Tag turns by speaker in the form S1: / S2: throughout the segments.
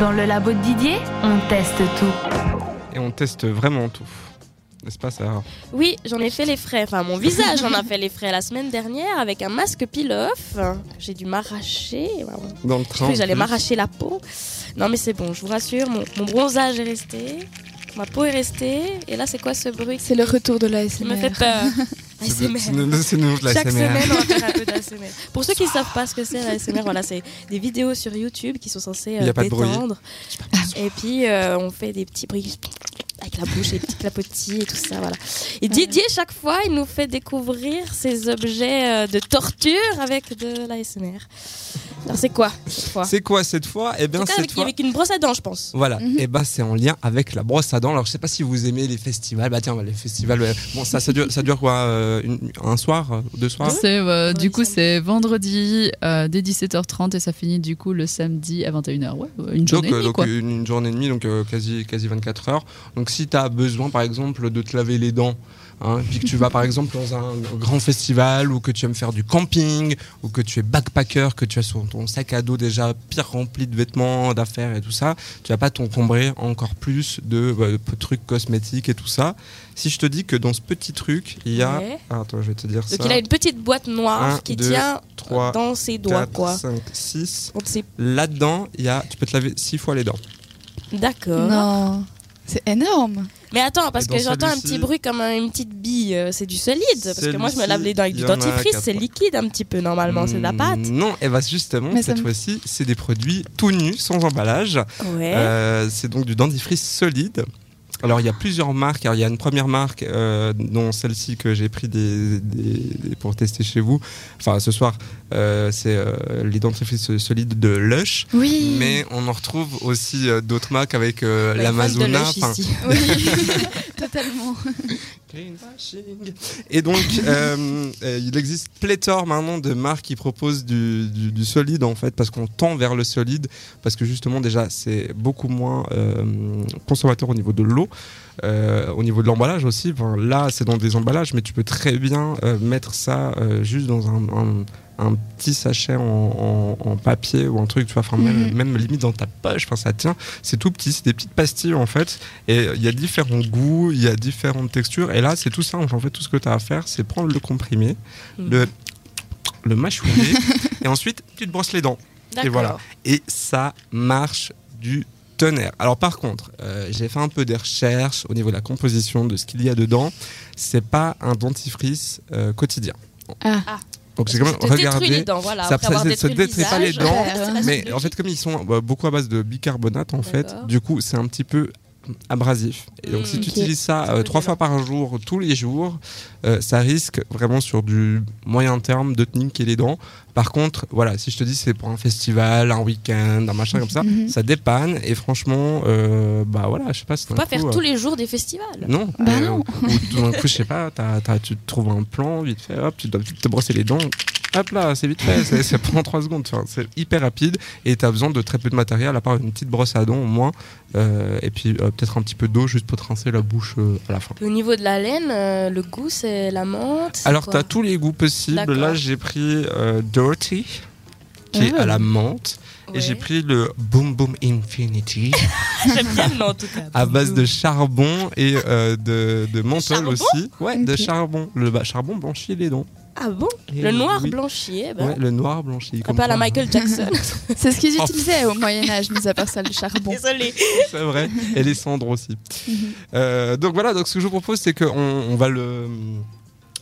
S1: Dans le labo de Didier, on teste tout.
S2: Et on teste vraiment tout. N'est-ce pas, Sarah
S3: Oui, j'en ai fait les frais. Enfin, mon visage en a fait les frais la semaine dernière avec un masque peel-off. J'ai dû m'arracher. Vraiment.
S2: Dans le
S3: Je
S2: train.
S3: croyais
S2: en
S3: que j'allais
S2: plus.
S3: m'arracher la peau. Non, mais c'est bon, je vous rassure, mon, mon bronzage est resté. Ma peau est restée. Et là, c'est quoi ce bruit
S4: C'est le retour de
S3: qui
S4: l'ASMR.
S3: me fait peur
S2: C'est de-
S3: ASMR.
S2: c'est de- c'est de nous de la
S3: Chaque
S2: SMR.
S3: semaine, on va faire un peu d'ASMR. Pour ceux qui ne savent pas ce que c'est l'ASMR, voilà, c'est des vidéos sur YouTube qui sont censées
S2: Il y
S3: euh,
S2: a pas de bruit.
S3: détendre. Et puis, euh, on fait des petits bruits avec la bouche, des petits clapotis et tout ça. Voilà. Et Didier, chaque fois, il nous fait découvrir ces objets euh, de torture avec de l'ASMR. Alors, c'est quoi cette fois
S2: C'est quoi cette fois Eh bien,
S3: En tout cas,
S2: cette
S3: avec,
S2: fois.
S3: avec une brosse à dents, je pense.
S2: Voilà,
S4: Mhm.
S2: et bah c'est en lien avec la brosse à dents. Alors je sais pas si vous aimez les festivals. Bah tiens, bah, les festivals, ouais. bon ça ça dure ça dure quoi euh, une- un soir, euh, deux soirs
S5: C'est, euh,
S3: Vendredi,
S5: du coup,
S3: samedi.
S5: c'est vendredi euh, dès 17h30 et ça finit du coup le samedi à 21h. Ouais, euh, une
S2: Donc,
S5: journée et
S2: euh,
S5: demie,
S2: donc,
S5: quoi.
S2: une, une journée et demie, donc euh, quasi, quasi 24 heures. Donc si tu as besoin par exemple de te laver les dents, hein, puis que tu vas par exemple dans un grand festival ou que tu aimes faire du camping ou que tu es backpacker, que tu as son- ton sac à dos déjà pire rempli de vêtements, d'affaires et tout ça, tu vas pas t'encombrer encore plus de, bah, de trucs cosmétiques et tout ça. Si je te dis que dans ce petit truc, il y a...
S3: Ouais.
S2: Ah, attends, je vais te dire
S3: Donc,
S2: ça.
S3: il a une petite boîte noire
S2: Un,
S3: qui
S2: deux,
S3: tient
S2: 3,
S3: dans ses doigts,
S2: 4,
S3: quoi.
S2: 5, 6.
S3: On ne sait-
S2: Là-dedans, il y a... tu peux te laver 6 fois les dents.
S3: D'accord.
S4: Non. C'est énorme.
S3: Mais attends, parce
S2: Et dans
S3: que j'entends un
S2: celui-ci-
S3: petit bruit comme un- une petite bille. euh, C'est du solide. Parce que moi, je me
S2: Celui-ci,
S3: lave les dents avec
S2: il
S3: du
S2: y en a
S3: dentifrice.
S2: quatre.
S3: C'est liquide un petit peu, normalement. C'est de la pâte.
S2: Mm, Non, et bah justement,
S4: Mais ça
S2: cette
S4: me-
S2: fois-ci, c'est des produits tout nus, sans emballage.
S3: Ouais. Bah,
S2: Euh, c'est donc du dentifrice solide. Alors, il y a plusieurs marques. Alors, il y a une première marque, euh, dont celle-ci que j'ai pris des, des- des- pour tester chez vous. Enfin, ce soir, euh, c'est euh, les dentifrices solides de Lush.
S4: Oui.
S2: Mais on en retrouve aussi euh, d'autres marques avec euh,
S3: Ouais, fan de
S2: l'Amazona.
S3: Lush
S2: Enfin,
S3: ici.
S4: Oui. Totalement.
S2: Greenwashing. Et donc, euh, euh, il existe pléthore maintenant de marques qui proposent du, du- du solide en fait, parce qu'on tend vers le solide, parce que justement déjà c'est beaucoup moins euh, consommateur au niveau de l'eau, euh, au niveau de l'emballage aussi. Enfin, là, c'est dans des emballages, mais tu peux très bien euh, mettre ça euh, juste dans un, un- un petit sachet en, en- en papier ou un truc, tu vois, enfin, même,
S4: Mhm.
S2: même limite dans ta poche, enfin, ça tient. C'est tout petit, c'est des petites pastilles en fait. Et il y a différents goûts, il y a différentes textures. Et là, c'est tout simple. En fait, tout ce que tu as à faire, c'est prendre le comprimé,
S3: Mm.
S2: le, le mâchouiller, et ensuite, tu te brosses les dents.
S3: D'accord.
S2: voilà. Et ça marche du tonnerre. Alors, par contre, euh, j'ai fait un peu des recherches au niveau de la composition, de ce qu'il y a dedans. C'est pas un dentifrice euh, quotidien.
S4: Ah.
S3: Ah.
S2: Donc, c'est quand
S3: Parce
S2: même
S3: que ça te détruit les
S2: regarder.
S3: dents, voilà.
S2: ça-
S3: Après
S2: ça-
S3: avoir
S2: ça-
S3: détruit
S2: ça détruit pas les
S3: visage,
S2: dents,
S3: euh, ça
S2: Mais
S3: reste
S2: en fait, comme ils sont bah, beaucoup à base de bicarbonate, en fait,
S3: D'accord.
S2: du coup, c'est un petit peu abrasif. Et donc,
S3: Mm.
S2: si tu
S4: Ok.
S2: utilises ça
S3: Ça
S2: euh,
S3: peut
S2: trois
S3: être
S2: fois par jour, tous les jours, euh, ça risque vraiment sur du moyen terme de te niquer les dents. Par contre, voilà, si je te dis c'est pour un festival, un week-end, un machin comme ça,
S4: Mhm.
S2: ça dépanne. Et franchement, euh, bah voilà, je sais pas.
S3: Faut pas
S2: euh,
S3: faire tous les jours des festivals.
S2: non,
S4: Bah
S2: euh,
S4: non.
S2: ou tout d'un coup, je sais pas, t'as- t'as- tu te trouves un plan, vite fait, hop, tu dois vite te brosser les dents, hop là, c'est vite fait, c'est- ça prend 3 secondes, Enfin, c'est hyper rapide et t'as besoin de très peu de matériel, à part une petite brosse à dents au moins, euh, et puis euh, peut-être un petit peu d'eau juste pour te rincer la bouche euh, à la fin.
S3: Puis Au niveau de la laine, euh, le goût, c'est la menthe. c'est
S2: Alors
S3: quoi
S2: t'as tous les goûts possibles,
S3: D'accord. Ah
S2: là j'ai pris euh, Dirty, qui est à la menthe,
S3: Ouais.
S2: et j'ai pris le Boom Boom Infinity,
S3: J'aime bien le nom, en tout cas.
S2: à base de charbon et euh, de, de menthol
S3: Charbon
S2: aussi. Ouais, de
S4: Ok.
S2: charbon. Le bah, charbon blanchit les dents.
S3: Ah bon
S2: Et
S3: Le noir
S2: oui.
S3: blanchi, eh ben.
S2: Ouais, le noir blanchi.
S3: On
S2: comme
S3: pas la
S2: quoi.
S3: Michael Jackson.
S4: C'est ce qu'ils utilisaient au Moyen-Âge, mis à part ça, le charbon.
S3: Désolée.
S2: C'est vrai. Et les cendres aussi.
S4: Mhm.
S2: Euh, donc voilà, donc ce que je vous propose, c'est qu'on on va le.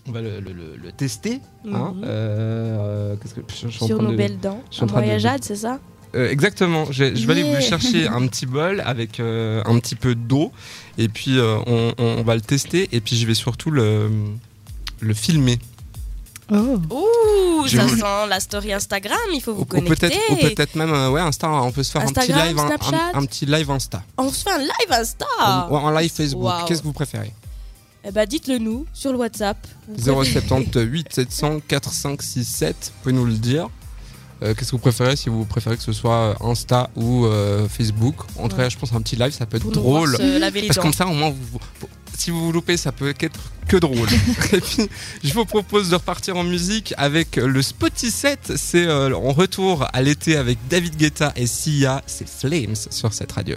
S2: On va le, le- le- le tester. hein.
S3: Mhm.
S2: Euh, euh, qu'est-ce que- je suis en
S3: Sur
S2: train
S3: nos
S2: de-
S3: belles dents.
S2: je suis en
S3: Un
S2: train de-
S3: voyageade, c'est ça
S2: Euh, exactement. Je, je vais aller
S3: Yeah.
S2: vous chercher un petit bol avec euh, un petit peu d'eau. Et puis euh, on, on- on va le tester. Et puis je vais surtout le, le filmer.
S4: Oh.
S3: Ouh,
S2: Je
S3: ça
S2: vous-
S3: sent la story Instagram, il faut
S2: Ou,
S3: vous
S2: ou
S3: connecter.
S2: peut-être ou peut-être même euh, ouais, Insta. On peut se faire
S3: Instagram,
S2: un petit live, un-
S3: Snapchat.
S2: un, un petit live Insta.
S3: On se fait un live Insta
S2: Ou- ou en live Facebook.
S3: Waouh.
S2: Qu'est-ce que vous préférez
S3: Eh bah dites-le nous sur le WhatsApp. Vous
S2: 078 700 4567, vous pouvez nous le dire. Euh, Qu'est-ce que vous préférez Si vous préférez que ce soit Insta ou euh, Facebook, en tout cas, je pense un petit live, ça peut être
S3: Pour nous voir
S2: drôle.
S3: se laver les
S2: Parce que
S3: dents.
S2: comme ça, au moins, vous, vous- si vous vous loupez, ça peut être que drôle. Et puis, je vous propose de repartir en musique avec le Spotty Set. C'est euh, en retour à l'été avec David Guetta et Sia. C'est Flames sur cette radio.